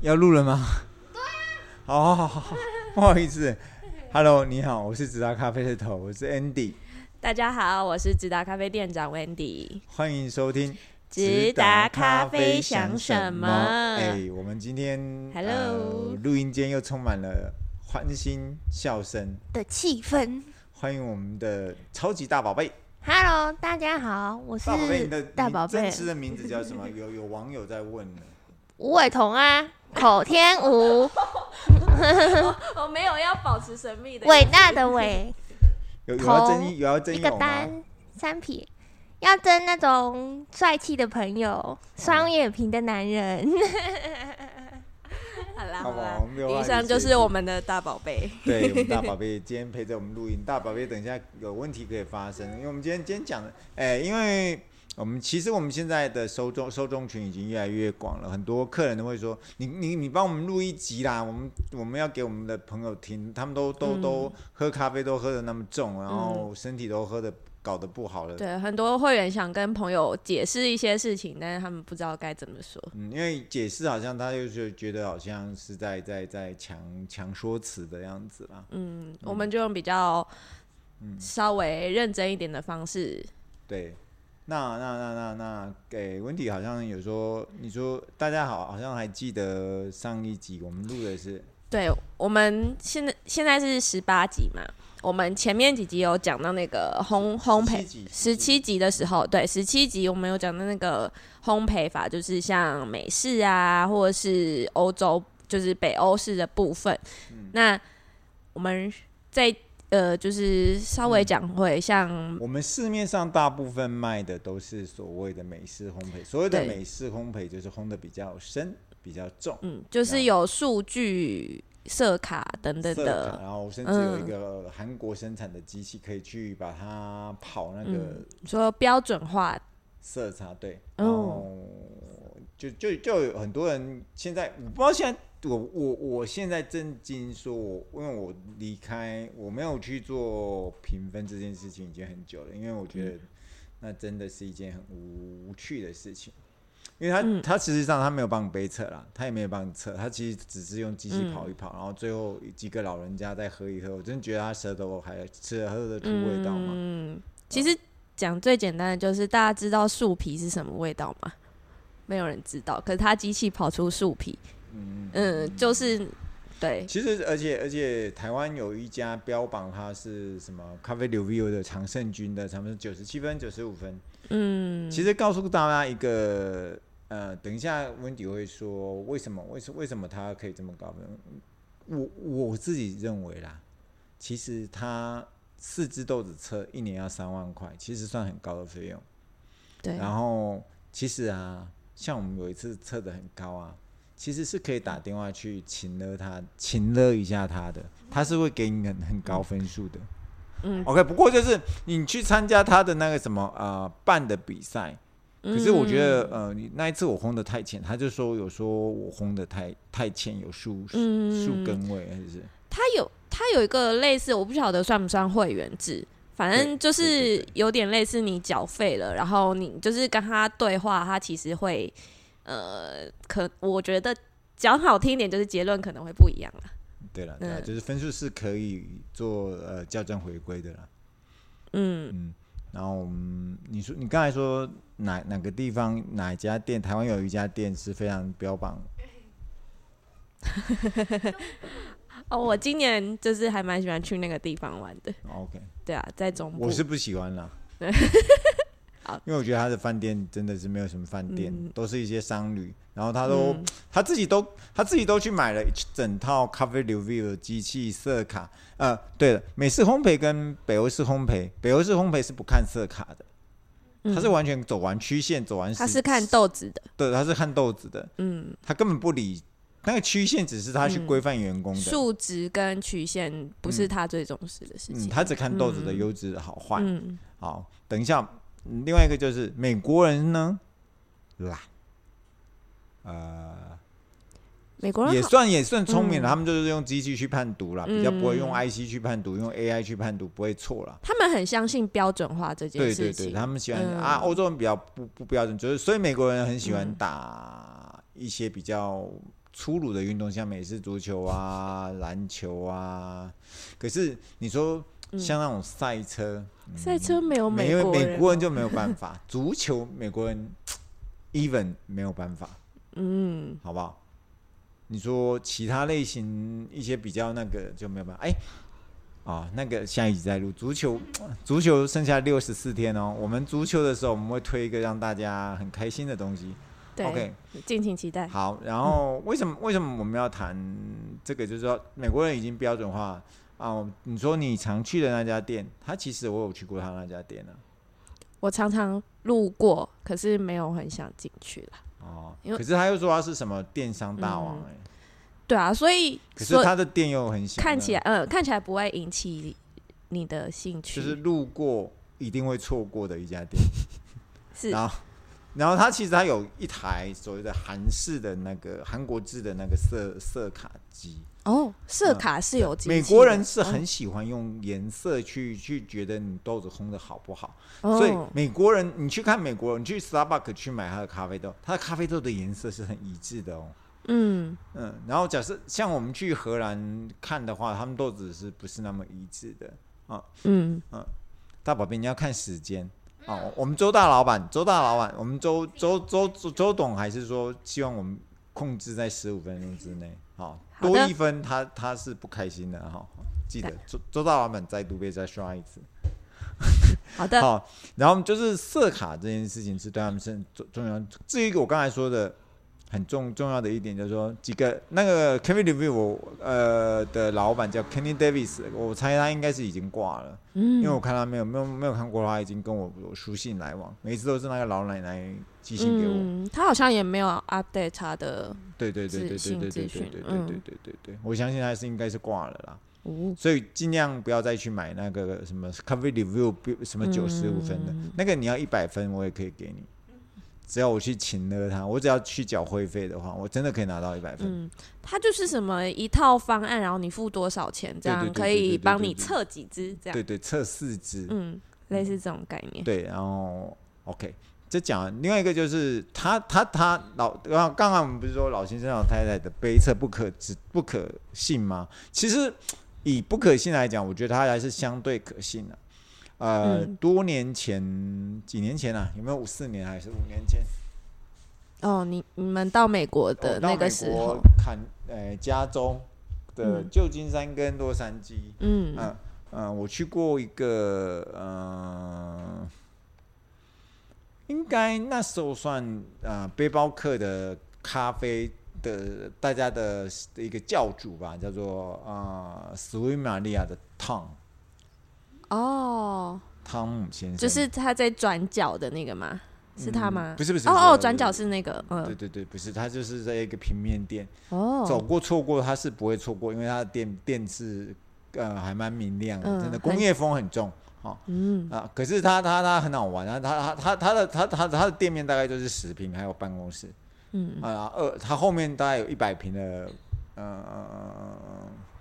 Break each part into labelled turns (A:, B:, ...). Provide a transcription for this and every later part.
A: 要录了吗？ 对好好好好，不好意思。Hello，你好，我是直达咖啡的头，我是 Andy，
B: 大家好，我是直达咖啡店长 Wendy。
A: 欢迎收听
B: 直达咖啡想什么
A: 哎、我们今天
B: Hello
A: 呃录音间又充满了欢欣笑声，
C: 的气氛。
A: 欢迎我们的超级大宝贝，
C: Hello，大家好，我是
A: 大宝贝，你的
C: 大宝
A: 你真
C: 贝
A: 实的名字叫什么？有有网友在问了，
C: 吴伟彤啊，口 天吴，
B: 我哦没有要保持神秘的
C: 伟大的伟，
A: 有有要
C: 头
A: 争议，有要争
C: 一
A: 议
C: 个
A: 吗？
C: 单三撇，要争那种帅气的朋友，
A: 嗯
C: 双眼皮的男人。
B: 好啦
A: 好
B: 好
A: 吧
B: 啦
A: 我们没有，
B: 以
A: 话
B: 上
A: 题
B: 就
A: 解
B: 是
A: 释
B: 我们的大宝贝。
A: 对，我们大宝贝今天陪着我们录音，大宝贝等一下有问题可以发生，因为我们今天今天讲的，哎、因为我们其实我们现在的受众受众群已经越来越广了，很多客人都会说，你你你帮我们录一集啦，我们我们要给我们的朋友听，他们都都、都喝咖啡都喝的那么重，然后身体都喝的搞得不好了，
B: 对，很多会员想跟朋友解释一些事情，但是他们不知道该怎么说。
A: 嗯，因为解释好像他就是觉得好像是在在在强强说辞的样子啦，
B: 嗯，我们就用比较稍微认真一点的方式。
A: 对，那那那那那，给温迪好像有说，你说大家好，好像还记得上一集我们录的是，
B: 对，我们现在现在是十八集嘛，我们前面几集有讲到那个烘烘焙
A: 17集
B: 十七集的时候，对，十七集我们有讲到那个烘焙法，就是像美式啊，或者是欧洲，就是北欧式的部分。
A: 嗯
B: 那我们在呃，就是稍微讲回像、
A: 我们市面上大部分卖的都是所谓的美式烘焙，所谓的
B: 对
A: 美式烘焙就是烘的比较深、比较重，
B: 嗯，就是有数据、色卡等等
A: 色卡
B: 嗯的，
A: 然后甚至有一
B: 嗯
A: 个韩国生产的机器可以去把它跑那个
B: 嗯说标准化，
A: 色差对，
B: 哦
A: 然后就就就有很多人现在我不知道现在我我我现在震惊说我，因为我离开我没有去做评分这件事情已经很久了，因为我觉
B: 嗯
A: 得那真的是一件很无趣的事情。因为他、
B: 嗯
A: 他实际上他没有帮你背测啦，他也没有帮你测，他其实只是用机器跑一跑，
B: 嗯
A: 然后最后几个老人家再喝一喝，我真的觉得他舌头还吃了喝得出味道吗？
B: 嗯，其实讲最简单的就是大家知道树皮是什么味道吗？没有人知道，可是它机器跑出树皮，
A: 嗯
B: 嗯，就是对，
A: 其实，而且而且，台湾有一家标榜它是什么咖啡柳 V O 的常胜军的，常们九十七分、九十五分。
B: 嗯，
A: 其实告诉大家一个，呃，等一下温迪会说为什么，为什为什么它可以这么高分？我我自己认为啦，其实它四只豆子车一年要三万块，其实算很高的费用。
B: 对，
A: 然后其实啊，像我们有一次测的很高啊，其实是可以打电话去请了他，请了一下他的，他是会给你很很高分数的。
B: 嗯
A: ，OK，不过就是你去参加他的那个什么呃办的比赛，
B: 嗯
A: 可是我觉得、呃你那一次我烘的太浅，他就说有说我烘的太太浅，有树树
B: 嗯
A: 树根味还是
B: 它有它有一个类似，我不晓得算不算会员制，反正
A: 对对
B: 就是
A: 对
B: 有点类似你缴费了，然后你就是跟他对话，他其实会呃，可我觉得讲好听一点，就是结论可能会不一样啦。
A: 对了对了，
B: 嗯
A: 就是分数是可以做呃校正回归的啦。
B: 嗯，
A: 嗯，然后我们你说你刚才说哪哪个地方哪一家店？台湾有一家店是非常标榜，
B: 哦，我今年就是还蛮喜欢去那个地方玩的，
A: OK，
B: 对啊，在中部。
A: 我是不喜欢啦
B: 对。
A: 因为我觉得他的饭店真的是没有什么饭店，
B: 嗯
A: 都是一些商旅，然后他都、他自己都他自己都去买了一整套咖啡 review 的机器色卡。呃，对了，美式烘焙跟北欧式烘焙，北欧式烘焙是不看色卡的，
B: 嗯
A: 它是完全走完曲线，走完
B: 他
A: 时
B: 是看豆子的，
A: 对，他是看豆子的，
B: 嗯，
A: 他根本不理那个曲线，只是他去规范员工的。
B: 数值跟曲线不是他最重视的事
A: 嗯，
B: 情。
A: 他只看豆子的优质好坏。
B: 嗯，
A: 好，等一下，嗯另外一个就是美国人呢，懒，呃，
B: 美国人
A: 也
B: 好
A: 算也算聪明了，他们就是用机器去判读啦，比较不会用
B: 嗯
A: IC 去判读，用 AI 去判读不会错啦。
B: 他们很相信标准化这件
A: 对对
B: 事
A: 对，
B: 情。
A: 他们喜欢、
B: 嗯
A: 啊，欧洲人比较不不标准，就是所以美国人很喜欢打一些比较粗鲁的运动，像美式足球啊、篮球啊。可是你说
B: 嗯
A: 像那种赛车，
B: 赛车没有
A: 美
B: 国人，
A: 美国人嗯就没有办法，足球美国人 even 没有办法，
B: 嗯，
A: 好不好？你说其他类型一些比较那个就没有办法，哎、啊，那个下一集再录足球，足球剩下六十四天哦。我们足球的时候，我们会推一个让大家很开心的东西。
B: 对
A: OK，
B: 敬请期待。
A: 好，然后为什么为什么我们要谈这个？就是说美国人已经标准化啊。你说你常去的那家店，他其实我有去过他那家店啊。
B: 我常常路过，可是没有很想进去啦。
A: 哦，
B: 因为
A: 可是他又说他是什么电商大王
B: 嗯
A: 哎、
B: 对啊，所以
A: 可是
B: 所
A: 他的店又很小呢，
B: 看起来，嗯，看起来不会引起你的兴趣，
A: 就是路过一定会错过的一家店。
B: 是
A: 然后，然后他其实他有一台所谓的韩式的那个韩国制的那个色色卡机，
B: 哦，色卡是有机器的、
A: 嗯美国人是
B: 哦
A: 很喜欢用颜色去、去觉得你豆子烘的好不好，
B: 哦、
A: 所以美国人你去看美国人，你去 Starbucks 去买他的咖啡豆，他的咖啡豆的颜色是很一致的哦。
B: 嗯，
A: 嗯，然后假设像我们去荷兰看的话，他们豆子是不是那么一致的？
B: 嗯，
A: 大宝贝，你要看时间哦。我们周大老板，周大老板，我们周周周周周董还是说希望我们控制在十五分钟之内，好、
B: 好的
A: 多一分他他是不开心的哈、记得周周大老板再度被再刷一次，
B: 好的，
A: 好、然后就是色卡这件事情是对他们是很重重要。至于我刚才说的很重重要的一点，就是说几个那个 Kevin Review 我呃的老板叫 Kenny Davis，我猜他应该是已经挂了。因为我
B: 嗯，
A: 看他没有没有没有看过他已经跟我有书信来往，每次都是那个老奶奶寄信给我。
B: 嗯，他好像也没有 update 他的，
A: 对对对对
B: 自信
A: 对对对
B: 资
A: 对
B: 讯
A: 对对
B: 嗯
A: 对对对对，我相信他是应该是挂了啦，
B: 哦，
A: 所以尽量不要再去买那个什么 cover review 比什么九十五分的、
B: 嗯
A: 那个，你要一百分我也可以给你，只要我去请了他，我只要去缴会费的话，我真的可以拿到一百分。
B: 嗯，他就是什么一套方案，然后你付多少钱，这
A: 对
B: 样
A: 对对
B: 可
A: 对对
B: 以
A: 对
B: 帮
A: 对
B: 你
A: 对
B: 测几支，这样，
A: 对对，测四支。
B: 嗯，类似这种概念，
A: 对，然后 OK，这讲另外一个就是他他他老，然后刚刚我们不是说老先生老太太的悲测不可知不可信吗？其实以不可信来讲，我觉得它还是相对可信的、呃，
B: 嗯
A: 多年前几年前啊，有没有五四年还是五年前？
B: 哦，你你们到美国
A: 我
B: 的
A: 哦到
B: 那个
A: 美
B: 时
A: 国
B: 候，
A: 看，呃，加州的
B: 嗯
A: 旧金山跟洛杉矶，
B: 嗯，
A: 嗯嗯，我去过一个，嗯，应该那时候算啊背包客的咖啡的大家的一个教主吧，叫做啊斯维玛利亚的汤
B: 哦，
A: 汤姆先生，
B: 就是他在转角的那个吗？是他吗？
A: 嗯不是不是
B: 哦哦，转角，是那个，
A: 不对
B: 嗯，
A: 对对，不是，他就是在一个平面店，走
B: 哦，
A: 过错过他是不会错过，因为他的店店是呃还蛮明亮的，真
B: 嗯
A: 的工
B: 很
A: 业风很重。
B: 嗯，
A: 啊，可是他他他很好玩啊，他他他他的他他他的店面大概就是十平，还有办公室，
B: 嗯，
A: 啊二，他后面大概有一百平的呃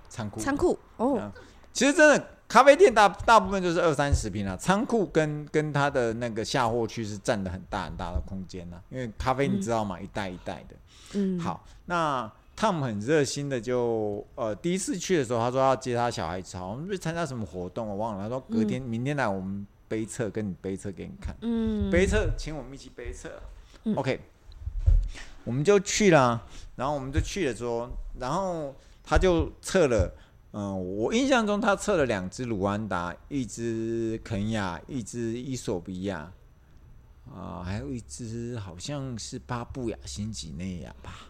A: 仓库，
B: 仓库，哦，
A: 其实真的咖啡店大大部分就是二三十平啊，仓库跟跟他的那个下货区是占了很大很大的空间呐、因为咖啡你知道嘛，一袋一袋的，
B: 嗯，
A: 好，那汤姆很热心的就呃第一次去的时候，他说要接他小孩子，好像是参加什么活动我忘了。他说隔天、明天来我们背测，跟你背测给你看，
B: 嗯，
A: 背测请我们一起背测。
B: 嗯
A: OK，我们就去啦，然后我们就去了之后，然后他就测了。嗯，我印象中他测了两只卢安达，一只肯亚，一只伊索比亚，啊、还有一只好像是巴布亚新几内亚吧。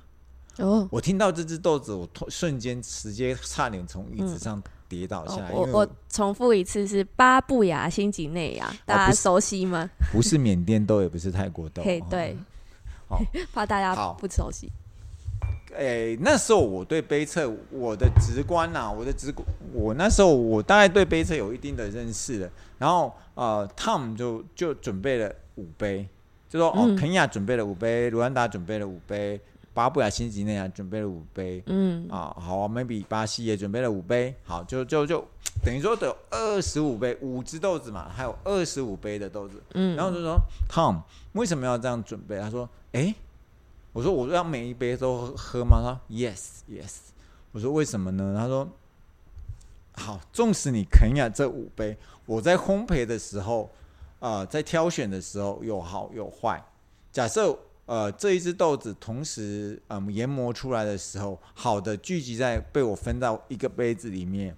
B: 哦，
A: 我听到这只豆子，我突瞬间直接差点从椅子上跌倒下
B: 嗯哦
A: 来，因
B: 我
A: 为
B: 我重复一次是巴布亚新几内亚，大
A: 哦不
B: 家
A: 是
B: 熟悉吗？
A: 不是缅甸豆，也不是泰国豆。哦
B: 嘿，对
A: 嗯好，
B: 怕大家
A: 好
B: 不熟悉。
A: 诶、那时候我对杯测，我的直观呐、我的直，我那时候我大概对杯测有一定的认识了。然后呃，Tom 就就准备了五杯，就说哦，
B: 嗯
A: 肯亚准备了五杯，卢安达准备了五杯，巴布亚新几内亚准备了五杯，
B: 嗯，
A: 啊，好啊，maybe 巴西也准备了五杯，好，就就就等于说得有二十五杯，五只豆子嘛，还有二十五杯的豆子，
B: 嗯
A: 然后就说 Tom 为什么要这样准备？他说，诶，我说我让每一杯都喝吗？他说 yes yes。我说为什么呢？他说好，纵使你肯雅这五杯，我在烘焙的时候，呃，在挑选的时候有好有坏。假设呃这一只豆子同时嗯、研磨出来的时候，好的聚集在被我分到一个杯子里面，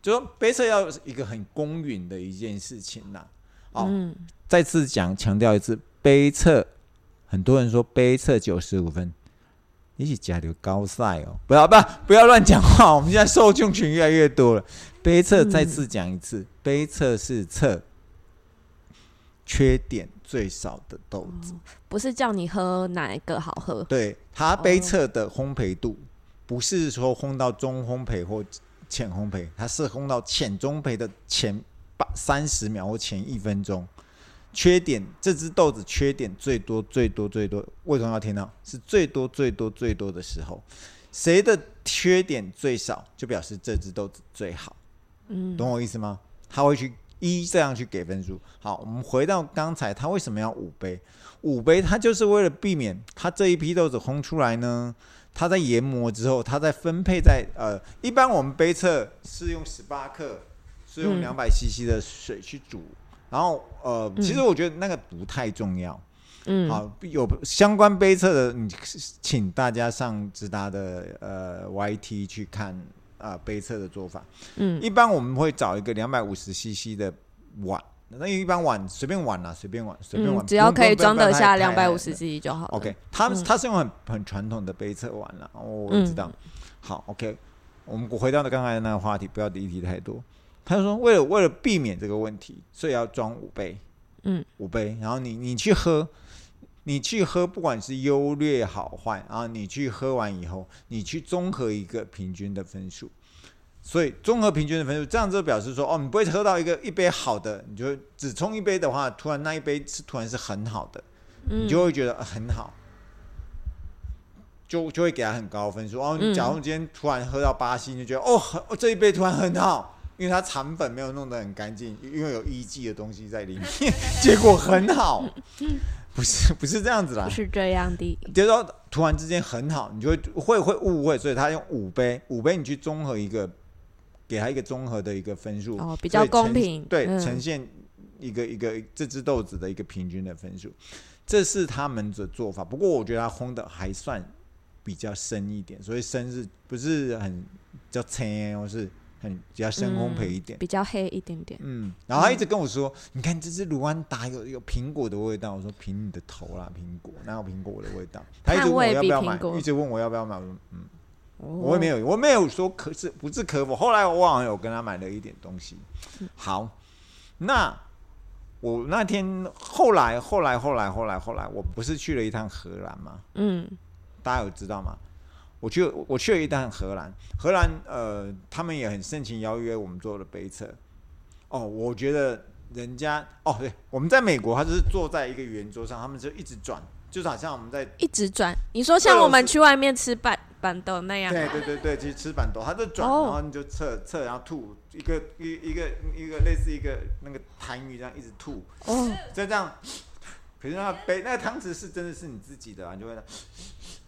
A: 就说杯测要一个很公允的一件事情呐、哦，
B: 嗯，
A: 再次讲强调一次，杯测，很多人说杯测九十五分，你是加流高赛哦，不要不要不要乱讲话，我们现在受众群越来越多了。杯测
B: 嗯
A: 再次讲一次，杯测是测缺点最少的豆子，
B: 不是叫你喝哪一个好喝，
A: 对它杯测的烘焙度，不是说烘到中烘焙或浅烘焙，它是烘到浅中焙的前八三十秒或前一分钟。缺点，这只豆子缺点最多最多最多，为什么要听到？是最多最多最多的时候，谁的缺点最少，就表示这只豆子最好。
B: 嗯，
A: 懂我意思吗？他会去一这样去给分数。好，我们回到刚才，他为什么要五杯？五杯，他就是为了避免他这一批豆子烘出来呢，他在研磨之后，他在分配在呃，一般我们杯测是用十八克，是用
B: 嗯
A: 两百 CC 的水去煮，然后呃，其实我觉得那个不太重要。
B: 嗯，
A: 好，有相关杯测的，你请大家上直达的呃 YT 去看啊、呃、杯测的做法。
B: 嗯
A: 一般我们会找一个两百五十 CC 的碗，那一般碗随便碗啦、随便碗，随便碗，
B: 嗯，只要
A: 不
B: 可
A: 用
B: 以
A: 不用
B: 装得
A: 太
B: 下
A: 太
B: 两百五
A: 太
B: 十 cc 就好了。
A: OK，它
B: 嗯
A: 它是用很很传统的杯测碗了，我知道。好，OK，我们回到刚才那个话题，不要离题太多。他就说，为了为了避免这个问题，所以要装五杯，
B: 嗯，
A: 五杯，然后你你去喝，你去喝，不管是优劣好坏啊，然后你去喝完以后，你去综合一个平均的分数。所以综合平均的分数，这样就表示说，哦，你不会喝到一个一杯好的，你就只冲一杯的话，突然那一杯是突然是很好的，你
B: 嗯
A: 就会觉得呃很好，就就会给他很高的分数。哦，你
B: 嗯
A: 假如你今天突然喝到巴西，你就觉得哦很哦，这一杯突然很好，因为它产粉没有弄得很干净，因为有一剂的东西在里面， 结果很好。 不是不是这样子啦
B: 不，是这样的，
A: 就是说突然之间很好，你就会会会误会，所以他用五杯，五杯你去综合一个，给他一个综合的一个分数，
B: 哦，比
A: 比
B: 较公平，
A: 对，
B: 嗯
A: 呈现一个一个这只豆子的一个平均的分数，这是他们的做法。不过我觉得它烘的还算比较深一点，所以深是不是很比较浅，或是很比较深烘焙一点。
B: 比较黑一点点。
A: 嗯，然后他一直跟我说：“你看这只卢安达有有苹果的味道。”我说：“凭你的头啦，苹果哪有苹果的味道？”他一直
B: 碳
A: 问
B: 味
A: 我要不
B: 比
A: 要
B: 苹
A: 买，
B: 果哦
A: 一直问我要不要买。我说：“嗯，我
B: 我
A: 也没，有，我没有说可是不是可否。后来我好像有跟他买了一点东西。好，那我那天后来后来后来后来后来，我不是去了一趟荷兰吗？
B: 嗯
A: 大家有知道吗？我去我去了一趟荷兰，荷兰呃，他们也很盛情邀约我们做了杯测。哦，我觉得人家哦，对，我们在美国，他就是坐在一个圆桌上，他们就一直转，就是好像我们在
B: 一直转。你说像我们去外面吃板板豆那样，
A: 对对对对，去吃板豆，它就转，
B: 哦
A: 然后你就测测，然后吐一个一一个一个类似一个那个痰盂这样一直吐，
B: 哦，
A: 就这样。可是那个杯那个汤匙是真的是你自己的、啊，你就会。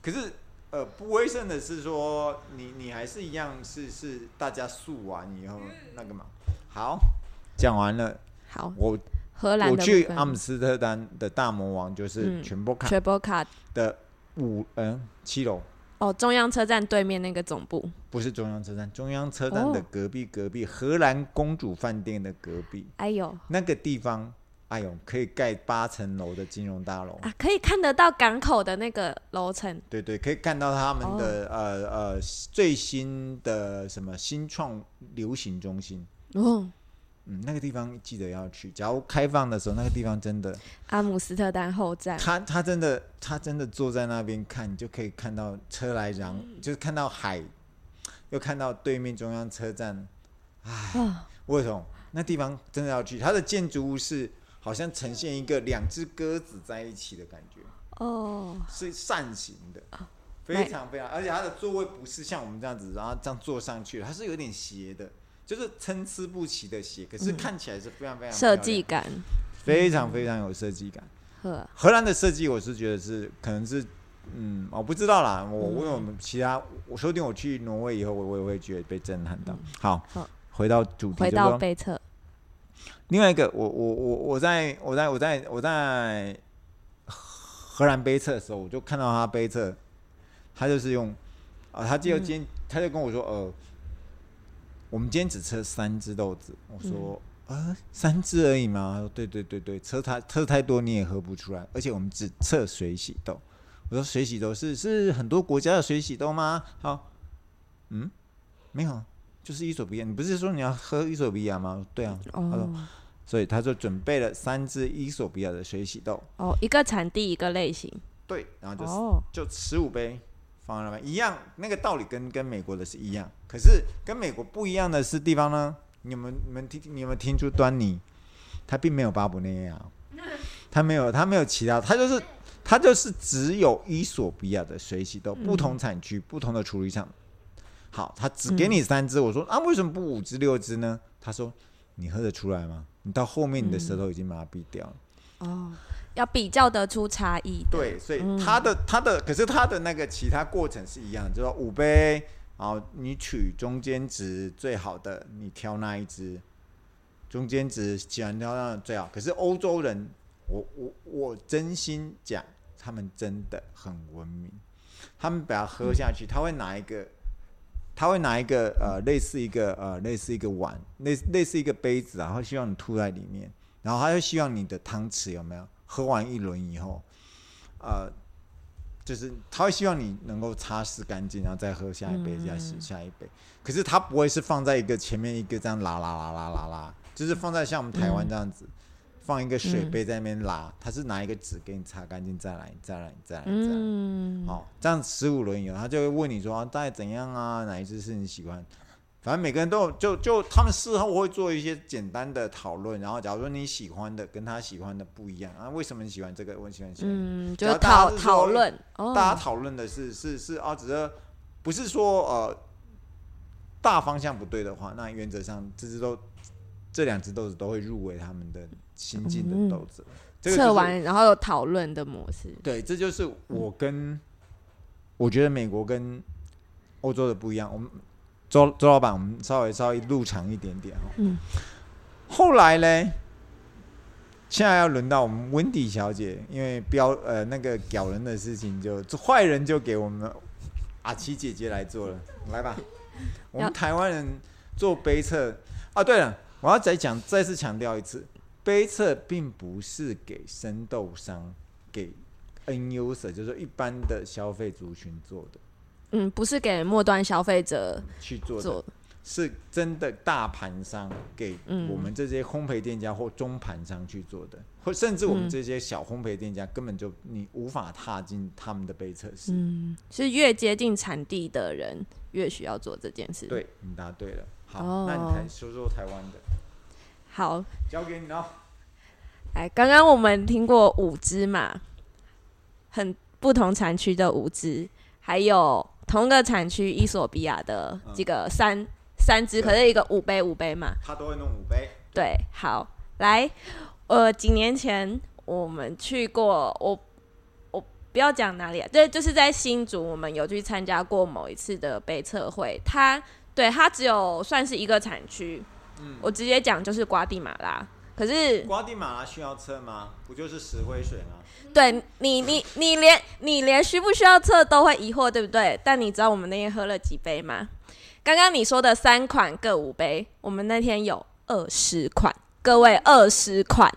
A: 可是呃，不卫生的是说你你还是一样是是大家素啊，你要那个嘛。好，讲完了，
B: 好，
A: 我
B: 荷兰
A: 我
B: 的
A: 去
B: 部分
A: 阿姆斯特丹的大魔王就是
B: 嗯
A: 全波卡
B: Triple Cut
A: 的五嗯七楼。
B: 哦，中央车站对面那个总部，
A: 不是中央车站，中央车站的
B: 哦
A: 隔壁，隔壁、荷兰公主饭店的隔壁
B: 哎呦
A: 那个地方，哎呦，可以盖八层楼的金融大楼，
B: 啊，可以看得到港口的那个楼层，
A: 对对，可以看到他们的、呃呃最新的什么新创流行中心，
B: 哦，
A: 嗯，那个地方记得要去，假如开放的时候，那个地方真的，
B: 阿姆斯特丹后站，
A: 他他真的他真的坐在那边看，你就可以看到车来攘，就是看到海，又看到对面中央车站。
B: 啊，
A: 魏总，那地方真的要去，它的建筑物是好像呈现一个两只鸽子在一起的感觉，
B: 哦，
A: 是扇形的，
B: 啊那
A: 非常非常，而且它的座位不是像我们这样子，然后这样坐上去，它是有点斜的，就是参差不齐的斜，可是看起来是非常非常
B: 嗯设
A: 漂亮
B: 计，感，
A: 非常非常有设计感。
B: 呵，
A: 荷兰的设计，我是觉得是可能是嗯，我不知道啦，我我有其他，我说不定我去挪威以后，我我也会觉得被震撼到。好，
B: 嗯好
A: 回到主题
B: 回
A: 这个
B: 到背侧，
A: 另外一个，我我我我在我在我在我在荷兰杯测的时候，我就看到他杯测，他就是用啊，他就今天、他就跟我说，呃，我们今天只测三只豆子。我说，啊，三只而已嘛。他说对对对对，测太测太多你也喝不出来，而且我们只测水洗豆。我说水洗豆是是很多国家的水洗豆吗？好，嗯，没有，就是伊索比亚。你不是说你要喝伊索比亚吗？对啊，他说
B: 哦
A: 所以他就准备了三只伊索比亚的水洗豆，
B: 哦，一个产地一个类型
A: 对，然后就、
B: 哦，
A: 就十五杯放在那边，一样，那个道理跟跟美国的是一样，可是跟美国不一样的是地方呢，你们你们听你们听出端倪，他并没有巴布内亚哦，他没有他没有其他，他就是他就是只有伊索比亚的水洗豆，不同产区不同的处理厂。好，他只给你三支，我说啊，为什么不五支六支呢？他说你喝得出来吗？你到后面你的舌头已经麻痹掉了。
B: 哦，要比较得出差异的。
A: 对，所以他的、他的，可是他的那个其他过程是一样的，就是说五杯，然后你取中间值最好的，你挑那一只，中间值既然挑那最好。可是欧洲人，我我我真心讲，他们真的很文明，他们把它喝下去，他会拿一个。他会拿一个呃，类似一个呃，类似一个碗，类类似一个杯子啊，然后希望你吐在里面，然后他就希望你的汤匙有没有喝完一轮以后，呃，就是他会希望你能够擦拭干净，然后再喝下一杯，再洗下一杯。可是他不会是放在一个前面一个这样拉拉拉拉拉拉，就是放在像我们台湾这样子，放一个水杯在那边拉，他是拿一个纸给你擦干净，再来，再来，再来，再来。
B: 嗯，
A: 好，这样十五轮游，他就会问你说、啊、大概怎样啊，哪一只是你喜欢？反正每个人都有，就就他们事后会做一些简单的讨论，然后假如说你喜欢的跟他喜欢的不一样啊，为什么你喜欢这个？我喜欢喜欢那个、只
B: 嗯，就
A: 要
B: 是
A: 大家
B: 讨
A: 是说
B: 讨论哦，
A: 大家讨论的是是是啊，只是不是说呃大方向不对的话，那原则上这只都这两只豆子都会入围他们的新进
B: 嗯
A: 的豆子。这个就
B: 测
A: 是
B: 完然后有讨论的模式。
A: 对，这就是我跟、我觉得美国跟欧洲的不一样。我们周周老板，我们稍微稍微入场一点点哦。
B: 嗯。
A: 后来嘞，现在要轮到我们温迪小姐，因为标呃那个屌人的事情就，这坏人就给我们阿七姐姐来做了，来吧。我们台湾人做杯测啊，对了，我要再讲，再次强调一次，杯测并不是给生豆商给 N user，就是说一般的消费族群做的
B: 嗯，不是给末端消费者
A: 去做的，
B: 做，
A: 是真的大盘商给
B: 嗯
A: 我们这些烘焙店家或中盘商去做的，或甚至我
B: 嗯
A: 们这些小烘焙店家根本就你无法踏进他们的杯测试。
B: 嗯，是越接近产地的人越需要做这件事。，
A: 对你答对了，好，
B: 哦
A: 那你来说说台湾的，
B: 好，
A: 交给你了。
B: 哎，刚刚我们听过五支嘛，很不同产区的五支，还有同个产区伊索比亚的这个三、三支，可是一个五杯五杯嘛。
A: 他都会弄五杯，
B: 对，好，来，呃，几年前我们去过，我我不要讲哪里、啊，对，就是在新竹，我们有去参加过某一次的杯测会，它对它只有算是一个产区，
A: 嗯
B: 我直接讲就是瓜地马拉，可是
A: 瓜地马拉需要测吗？不就是石灰水吗？
B: 对你，你你连你连需不需要测都会疑惑，对不对？但你知道我们那天喝了几杯吗？刚刚你说的三款各五杯，我们那天有二十款，各位二十款。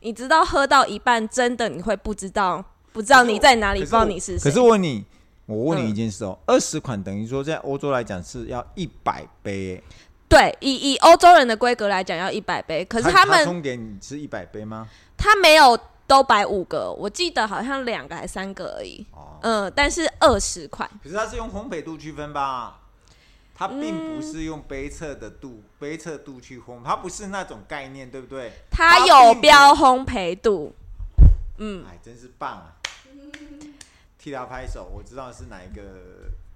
B: 你知道喝到一半，真的你会不知道，不知道啊你在哪里，
A: 可
B: 不
A: 是
B: 知道
A: 我
B: 你是谁。
A: 可是我问你，我问你
B: 嗯
A: 一件事哦，二十、款等于说在欧洲来讲是要一百杯耶，
B: 对，以以欧洲人的规格来讲，要一百杯，可是
A: 他
B: 们
A: 送给你是一百杯吗？
B: 他没有都摆五个，我记得好像两个还三个而已。
A: 哦，
B: 嗯，但是二十款。
A: 可是它是用烘焙度区分吧？它并不是用杯测的度、杯测度去烘，它不是那种概念，对不对？
B: 它有标烘焙度，
A: 嗯，哎，真是棒啊！替他拍手，我知道是哪一个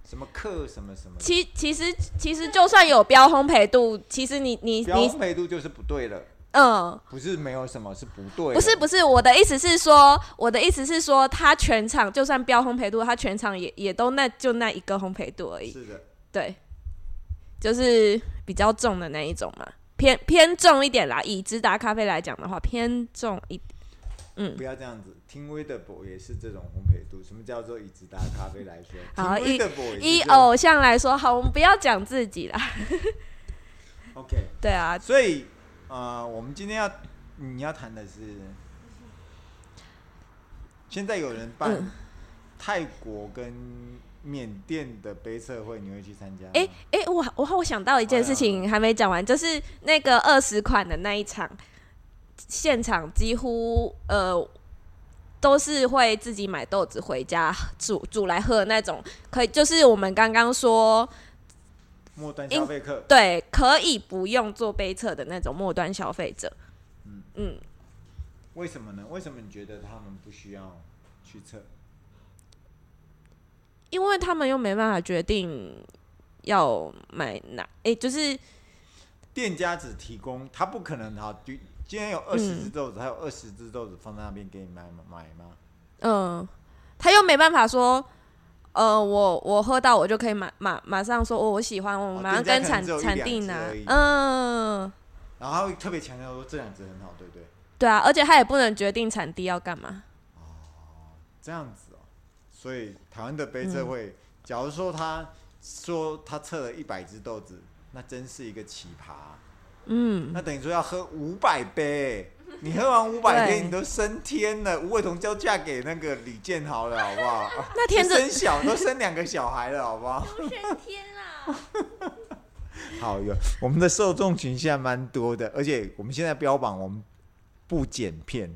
A: 什么课什么什么的，
B: 其其实其实就算有标烘焙度，其实你你
A: 标
B: 你
A: 烘焙度就是不对了。
B: 嗯，
A: 不是没有什么是不对的，
B: 不是不是，我的意思是说，我的意思是说，他全场就算标烘焙度，他全场也也都那就那一个烘焙度而已。
A: 是的，
B: 对，就是比较重的那一种嘛，偏偏重一点啦。以直达咖啡来讲的话，偏重一点。嗯
A: 不，要这样子。听 w i d e b o 也是这种烘焙度，什么叫做以直达咖啡来说？
B: 好哦
A: 听 w i d e b o
B: 以偶像来说，好，我们不要讲自己啦。
A: OK，
B: 对啊，
A: 所以呃，我们今天要你要谈的是，现在有人办
B: 嗯
A: 泰国跟缅甸的杯测会，你会去参加吗？
B: 诶诶，我我我想到一件事情还没讲完，就是那个二十款的那一场，现场几乎呃都是会自己买豆子回家煮煮来喝的那种，可以就是我们刚刚说
A: 末端
B: 因
A: 消费课，
B: 对，可以不用做杯测的那种末端消费者。嗯，
A: 为什么呢？为什么你觉得他们不需要去测？
B: 因为他们又没办法决定要买哪，诶，就是
A: 店家只提供，他不可能好，就今天有二十只豆子，还有二十只豆子放在那边给你买吗买吗？
B: 嗯，他又没办法说，呃，我我喝到我就可以马马马上说，哦，我喜欢，我
A: 哦
B: 马上
A: 店
B: 跟
A: 家可
B: 产
A: 能只有一
B: 产
A: 两
B: 地
A: 只
B: 拿
A: 而已，
B: 嗯，
A: 然后他会特别强调说这两只很好，对不对？
B: 对啊，而且他也不能决定产地要干嘛，
A: 这样子哦，所以台湾的杯测会，假如说他说他测了一百只豆子，那真是一个奇葩、
B: 嗯，
A: 那等于说要喝五百杯，你喝完五百杯，
B: 对
A: 你都升天了。吴伟彤就嫁给那个李健豪了，好不好？
B: 那天
A: 生
B: 真
A: 小都生两个小孩了，好不好？
C: 都升天啦！
A: 好有我们的受众群现在蛮多的，而且我们现在标榜我们不剪片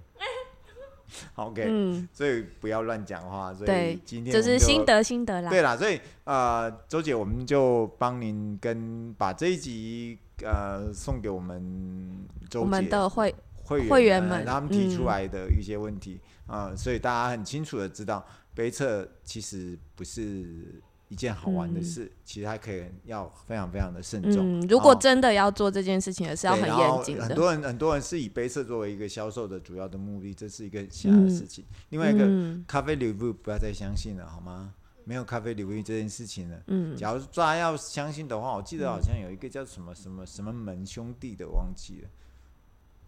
A: ，OK，、
B: 嗯，
A: 所以不要乱讲话。所以
B: 对
A: 今天
B: 就
A: 我
B: 是
A: 们就
B: 心得心得啦，
A: 对啦，所以呃，周姐，我们就帮您跟把这一集呃送给我们周姐
B: 我们的会
A: 会员
B: 会员
A: 们，
B: 们
A: 他们提出
B: 嗯
A: 来的一些问题啊、呃所以大家很清楚的知道，杯测其实不是一件好玩的
B: 嗯
A: 事，其实还可以要非常非常的慎重。
B: 嗯，如果
A: 哦
B: 真的要做这件事情，也是要
A: 对
B: 很
A: 然后
B: 严谨
A: 很
B: 的。
A: 多人很多人是以杯测作为一个销售的主要的目的，这是一个瞎的事情。另外一个，
B: 嗯
A: 咖啡 review 不要再相信了，好吗？没有咖啡 review 这件事情了。
B: 嗯，
A: 假如大家要相信的话，我记得好像有一个叫什么什么什么门兄弟的，忘记了。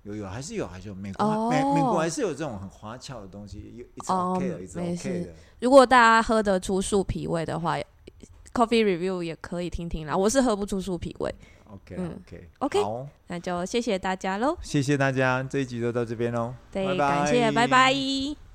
A: 有有还是有还是有美国、
B: 哦
A: 美美国还是有这种很花俏的东西，有 it's
B: 哦
A: OK 的、
B: 没
A: it's OK
B: 事
A: 的。
B: 如果大家喝得出树皮味的话，Coffee Review 也可以听听啦。我是喝不出树皮味，
A: OK 啦
B: 嗯
A: OK
B: OK
A: 好，
B: 那就谢谢大家喽。
A: 谢谢大家，这一集就到这边喽，
B: 对，
A: 拜拜
B: 感谢，拜拜。